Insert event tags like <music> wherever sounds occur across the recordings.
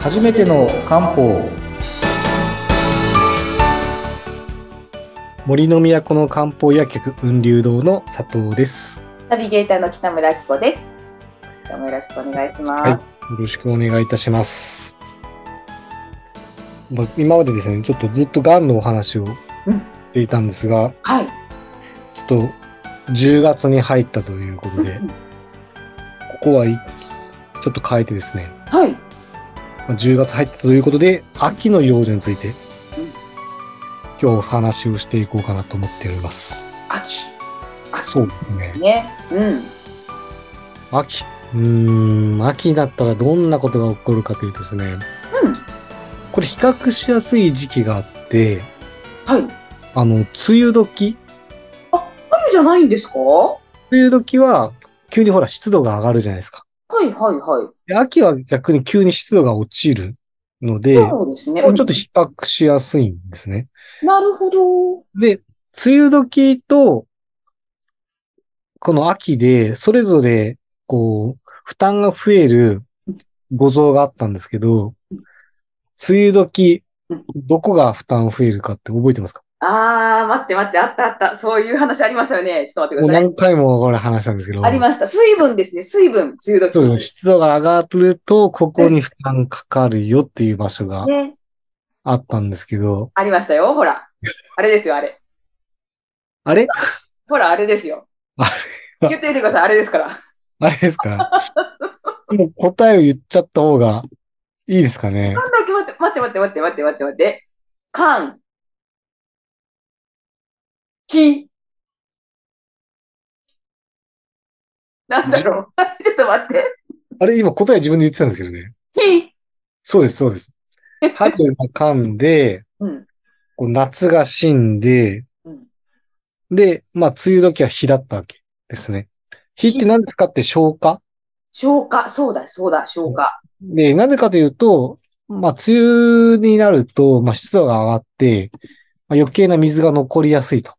初めての漢方森の都の漢方薬局雲龍堂の佐藤ですナビゲーターの北村明子です。どうもよろしくお願いします。はいよろしくお願いいたします、まあ、今までですねちょっとずっとがんのお話をしていたんですがはい。ちょっと10月に入ったということでうんここはいちょっと変えてですねはい。まあ10月入ったということで秋の養生についてうん今日お話をしていこうかなと思っております秋そうですですねね。うん。秋うーん秋だったらどんなことが起こるかというとですねうん。これ比較しやすい時期があってはい。あの梅雨時あ、春じゃないんですかは梅雨時は急にほら湿度が上がるじゃないですかいはいはい。で秋は逆に急に湿度が落ちるのでそうですね。もううんちょっと比較しやすいんですねなるほど。で、梅雨時と、この秋で、それぞれ、こう、負担が増える五臓があったんですけどうん、梅雨時うん、どこが負担増えるかって覚えてますかあー、待って待って、あったあった。そういう話ありましたよね。ちょっと待ってもうください。何回もこれ話したんですけど、ありました。水分ですね。水分。梅そう雨です時。湿度が上がると、ここに負担かかるよっていう場所がね。あったんですけど、ありましたよ。ほら。あれですよ、あれ。あれほら、あれですよ。 <laughs> あれ言ってみてください。あれですから。あれです <laughs> かもう答えを言っちゃった方がいいですかねなんだっけ待って、待って、待って、待って、待って、待って、待って。かん。き。なんだろう。 <laughs> ちょっと待って。あれ今答え自分で言ってたんですけどね。き。そうです、そう <laughs> です。春が噛んで、うん。こう夏が死んで、うんで、まあ、梅雨時は日だったわけですね。日って何ですかって消化消化。そうだ、そうだ、消化。で、なぜかというと、まあ、梅雨になると、まあ、湿度が上がって、まあ、余計な水が残りやすいと。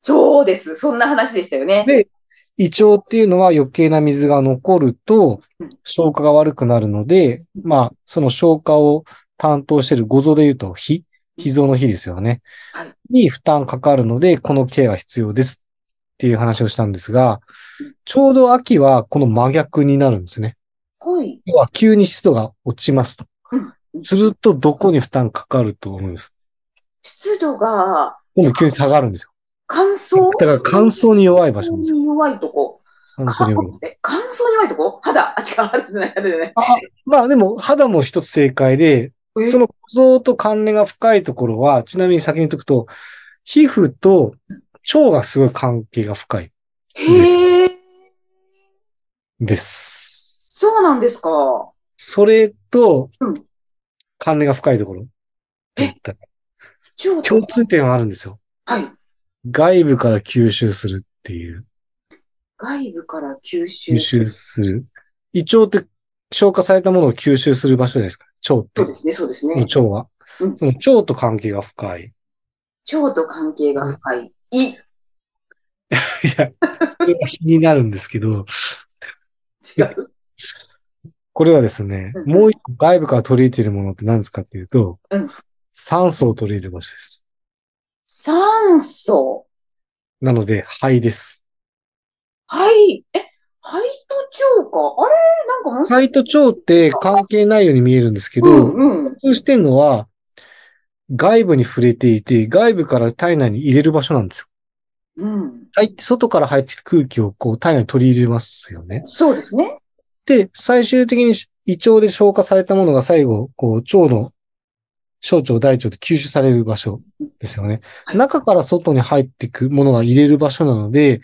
そうです。そんな話でしたよね。で胃腸っていうのは余計な水が残るとうん、消化が悪くなるので、まあ、その消化を担当している五臓で言うと、脾、脾臓の脾ですよねはい。に負担かかるので、このケアが必要ですっていう話をしたんですがうん、ちょうど秋はこの真逆になるんですね。ほい。要は急に湿度が落ちますとうん。すると、どこに負担かかると思うんです。湿度が今度急に下がるんですよ。乾だ燥から乾燥に弱い場所乾なんです燥よ。に弱いとこ。乾燥乾に燥弱いに。弱いとこ肌。あ、違う、肌じゃない、肌じゃない。まあでも、肌も一つ正解で、えその構造と関連が深いところは、ちなみに先に言っとくと、皮膚と腸がすごい関係が深いへえ、です。そうなんですか。それとうん、関連が深いところ。って言ったら超共通点はあるんですよ。はい。外部から吸収するっていう。外部から吸収。吸収する。胃腸って消化されたものを吸収する場所じゃないですか。腸ってそう。ですね、そうですこのね。腸は。うんその腸と関係が深い。 <laughs> 腸と関係が深い。胃。いや、それは気になるんですけど、違う。これはですね、うんもう一個外部から取り入れているものって何ですかっていうと、うん酸素を取り入れる場所です。酸素。なので、肺です。肺。え、肺と腸か。あれなんかもし、肺と腸って関係ないように見えるんですけど、うんうん。普通してるのは、外部に触れていて、外部から体内に入れる場所なんですよ。うん。肺って外から入ってきた空気をこう体内に取り入れますよね。そうですね。で、最終的に胃腸で消化されたものが最後、こう、腸の、小腸、大腸で吸収される場所ですよね。はい中から外に入っていくものが入れる場所なので、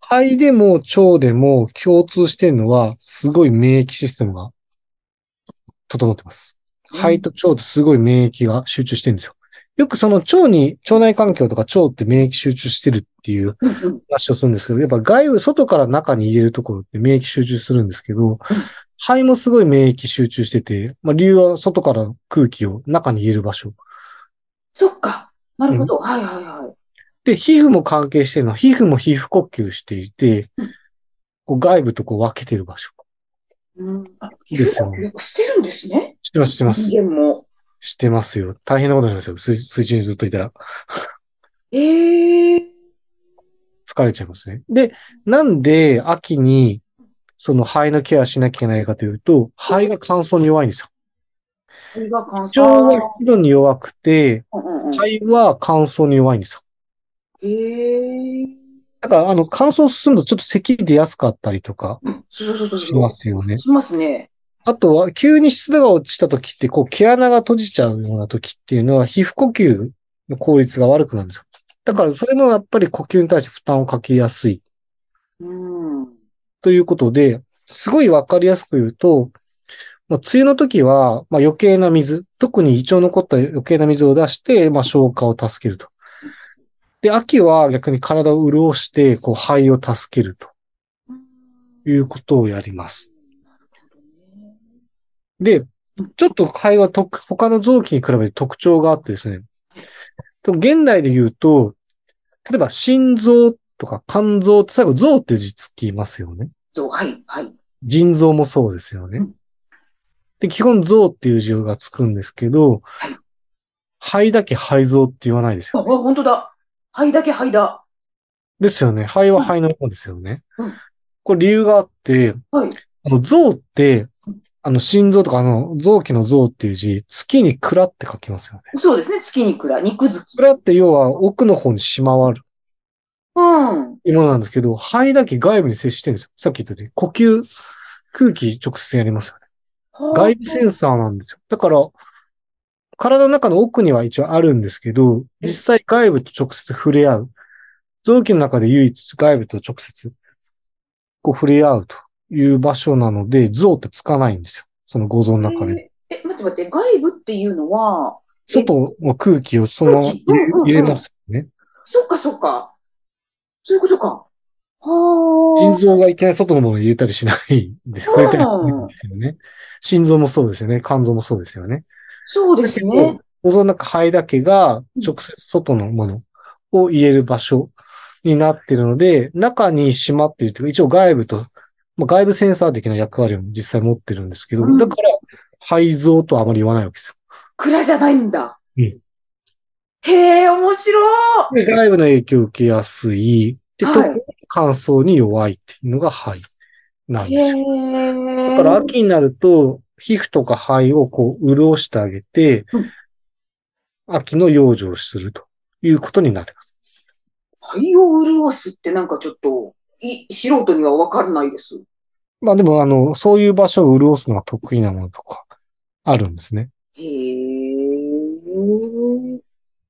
肺でも腸でも共通してるのは、すごい免疫システムが整ってます。うん肺と腸ってすごい免疫が集中してるんですよ。よくその腸に、腸内環境とか腸って免疫集中してるっていううんうん。話をするんですけど、やっぱ外部、外から中に入れるところって免疫集中するんですけど、肺もすごい免疫集中してて、まあ理由は外から空気を中に入れる場所。そっか。なるほど。はいはいはい。で、皮膚も関係してるのは、皮膚も皮膚呼吸していてうん、こう外部とこう分けてる場所。うん。あ、いいですよやっぱしてるんですね。知ってます、知ってます。人間も。知ってますよ。大変なことになりますよ。水水中にずっといたら。ええ疲れちゃいますね。で、なんで秋に、その肺のケアしなきゃいけないかというと、肺が乾燥に弱いんですよ。ー。胃が乾腸は非常に弱くて、燥。肺は乾燥に弱いんですよ。ええだから、あの、乾燥するとちょっと咳出やすかったりとかそうそうそうしそまう。すよね。しますね。あとは、急に湿度が落ちた時って、こう、毛穴が閉じちゃうような時っていうのは、皮膚呼吸の効率が悪くなるんですよ。だから、それもやっぱり呼吸に対して負担をかけやすい。うん。ということで、すごいわかりやすく言うと、まあ、梅雨の時は、まあ、余計な水、特に胃腸に残った余計な水を出して、まあ、消化を助けると。で、秋は逆に体を潤して、こう、肺を助けるということをやります。で、ちょっと肺はと他の臓器に比べて特徴があってですね、と現代で言うと、例えば心臓とか肝臓って最後臓っていう字つきますよね。そう、はい、はい。腎臓もそうですよねうん。で、基本臓っていう字がつくんですけど、肺だけ肺臓って言わないですあ、よ。本当だ。肺だけ肺だ。ですよね。肺は肺の方ですよねうん。これ理由があって、はい。あの臓って、あの心臓とかあの臓器の臓っていう字、月に蔵って書きますよね。そうですね。月にくら、肉付き。蔵って要は奥の方にしまわるうん。ものなんですけど、肺だけ外部に接してるんですよ。さっき言ったように、呼吸、空気直接やりますよね。外部センサーなんですよ。だから、体の中の奥には一応あるんですけど、実際外部と直接触れ合う。臓器の中で唯一外部と直接、こう触れ合うという場所なので、像ってつかないんですよ。その五臓の中で。えーえ、待って待って、外部っていうのは、外の空気をそのまま空気うんうんうん入れますよね。そっかそっか。そういうことか。腎はあ。臓がいきなり外のものを入れたりしないんです。触れたりしないんですよね。心臓もそうですよね。肝臓もそうですよね。そうですね。おその中肺だけが直接外のものを入れる場所になっているので、中にしまっているというか、一応外部と、まあ、外部センサー的な役割を実際持ってるんですけど、うんだから肺臓とはあまり言わないわけですよ。蔵じゃないんだ。うんへえ、面白い。で外部の影響を受けやすい。で、はい特に乾燥に弱いっていうのが肺なんですよ。へだえ。から秋になると、皮膚とか肺をこう潤してあげてうん、秋の養生をするということになります。肺を潤すってなんかちょっと、い、素人にはわかんないです。まあでも、あの、そういう場所を潤すのが得意なものとか、あるんですね。へえ。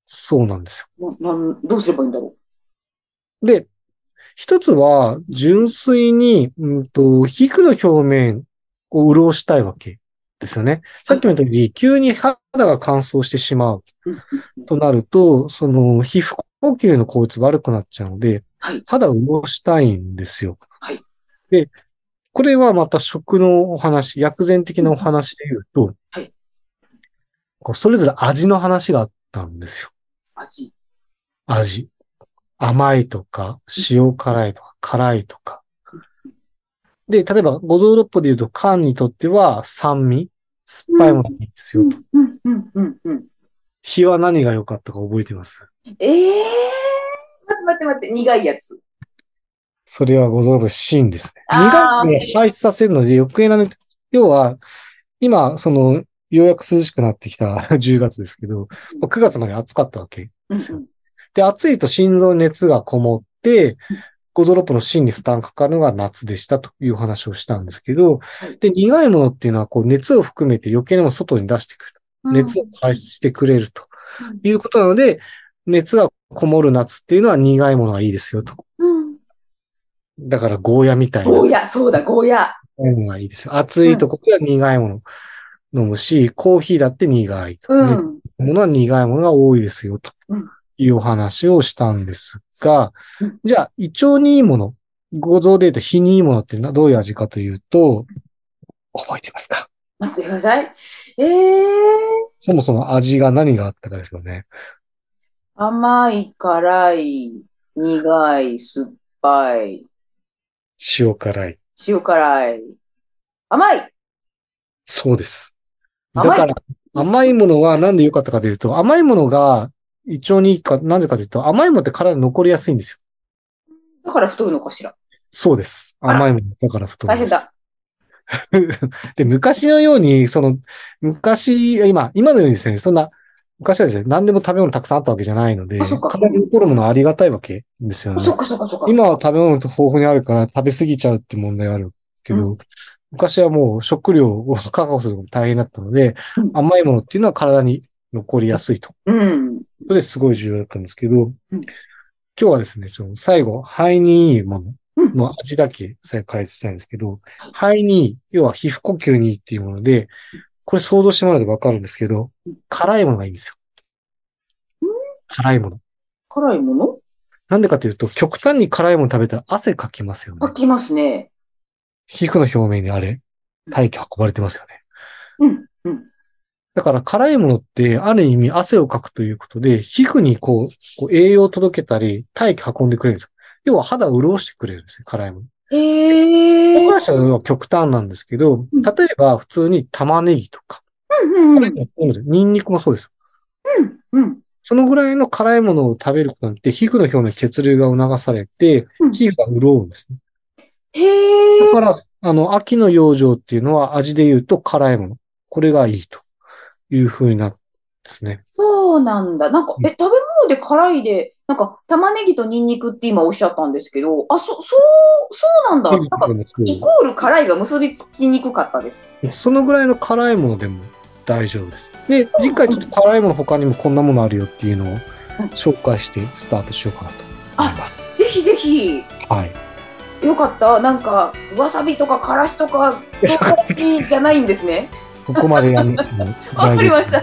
そうなんですな、なん、どうすればいいんだろよ。で、一つは、純粋に、うんと、皮膚の表面を潤したいわけですよね。さっきも言ったように、急に肌が乾燥してしまう <laughs> う。うんとなると、その、皮膚呼吸の効率悪くなっちゃうのではい、肌を潤したいんですよ。はいで、これはまた食のお話、薬膳的なお話で言うと、はいこうそれぞれ味の話があったんですよ。味。味。甘いとか、塩辛いとか、辛いとか。で、例えば、五臓六腑で言うと、缶にとっては酸味、酸っぱいものがいいんですよ。うん、うん、うん、うん。日は何が良かったか覚えてますええー。待って待って待って、苦いやつ。それはご存知、芯ですね。あ苦ー味を排出させるので余計なね、要は、今、その、ようやく涼しくなってきた <laughs> 10月ですけど、まあ9月まで暑かったわけ。うん、そうで、暑いと心臓に熱がこもって、ゴゾロップの芯に負担かかるのが夏でしたという話をしたんですけどい、で、苦いものっていうのは、こう、熱を含めて余計なものを外に出してくる。うん。熱を排出してくれるとうんいうことなので、熱がこもる夏っていうのは苦いものがいいですよと。うん。だからゴーヤみたいな。ゴーヤ、そうだ、ゴーヤ。飲むのがいいですよ。暑いとこでは苦いもの飲むし、コーヒーだって苦いと。うねん。ものは苦いものが多いですよ、とうんいうお話をしたんですがうん、じゃあ、胃腸にいいもの、ご像で言うと火にいいものってなどういう味かというと、覚えてますか待ってください。ええー。そもそも味が何があったかですよね。甘い、辛い、苦い、酸っぱい、塩辛い。塩辛い。甘いそうです。だ甘いから、甘いものはなんで良かったかというと、甘いものが胃腸にいいか、なぜかというと、甘いものって体に残りやすいんですよ。だから太るのかしら。そうです。あら甘いものだから太る大んで変す。だ。 <laughs> で、昔のように、その、昔、今、今のようにですね、そんな、昔はですね、何でも食べ物たくさんあったわけじゃないので、あそっか体に残るものはありがたいわけですよね。そっかそっかそっか。今は食べ物と豊富にあるから食べ過ぎちゃうって問題があるけど、う昔はもう食料を <laughs> 確保するのも大変だったので、うん甘いものっていうのは体に残りやすいと。うん。それですごい重要だったんですけど、うん今日はですね、その最後、肺にいいもうんのの味だけ最後解説したいんですけど、肺にいい、要は皮膚呼吸にいいっていうもので、これ想像してもらうとわかるんですけどうん、辛いものがいいんですうよ。辛いもの。辛いものなんでかというと、極端に辛いもの食べたら汗かきますよね。書きますね。皮膚の表面にあれ、大気運ばれてますよね。うん。うん。だから辛いものって、ある意味汗をかくということで、皮膚にこう、こう栄養を届けたり、大気運んでくれるんですよ。要は肌を潤してくれるんですよ、辛いもの。へえ。僕らしたは極端なんですけど、うん例えば普通に玉ねぎとか、うんうんうん。ニンニクもそうです。うんうん。そのぐらいの辛いものを食べることによって、皮膚の表面の血流が促されてうん、皮膚が潤うんですね。へえだ。から、あの、秋の養生っていうのは味で言うと辛いもの。これがいいという風になるんですね。そうなんだ。なんかう、んえ、食べ物で辛いで、なんか、玉ねぎとニンニクって今おっしゃったんですけど、あ、そ、そう、そうなんだ。なんか、イコール辛いが結びつきにくかったです。そのぐらいの辛いものでも大丈夫です。で、次回ちょっと辛いもの他にもこんなものあるよっていうのを紹介してスタートしようかなと思います。ぜひぜひ、 <laughs> はい。よかった。なんか、わさびとかからしとか、や唐辛子じゃないんです <laughs> ね。そこまでやんなくてもわかりました。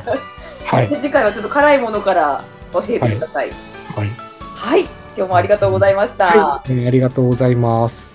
はい。 <laughs> 次回はちょっと辛いものから教えてください。はい。はい、今日もありがとうございました。はい、えーありがとうございます。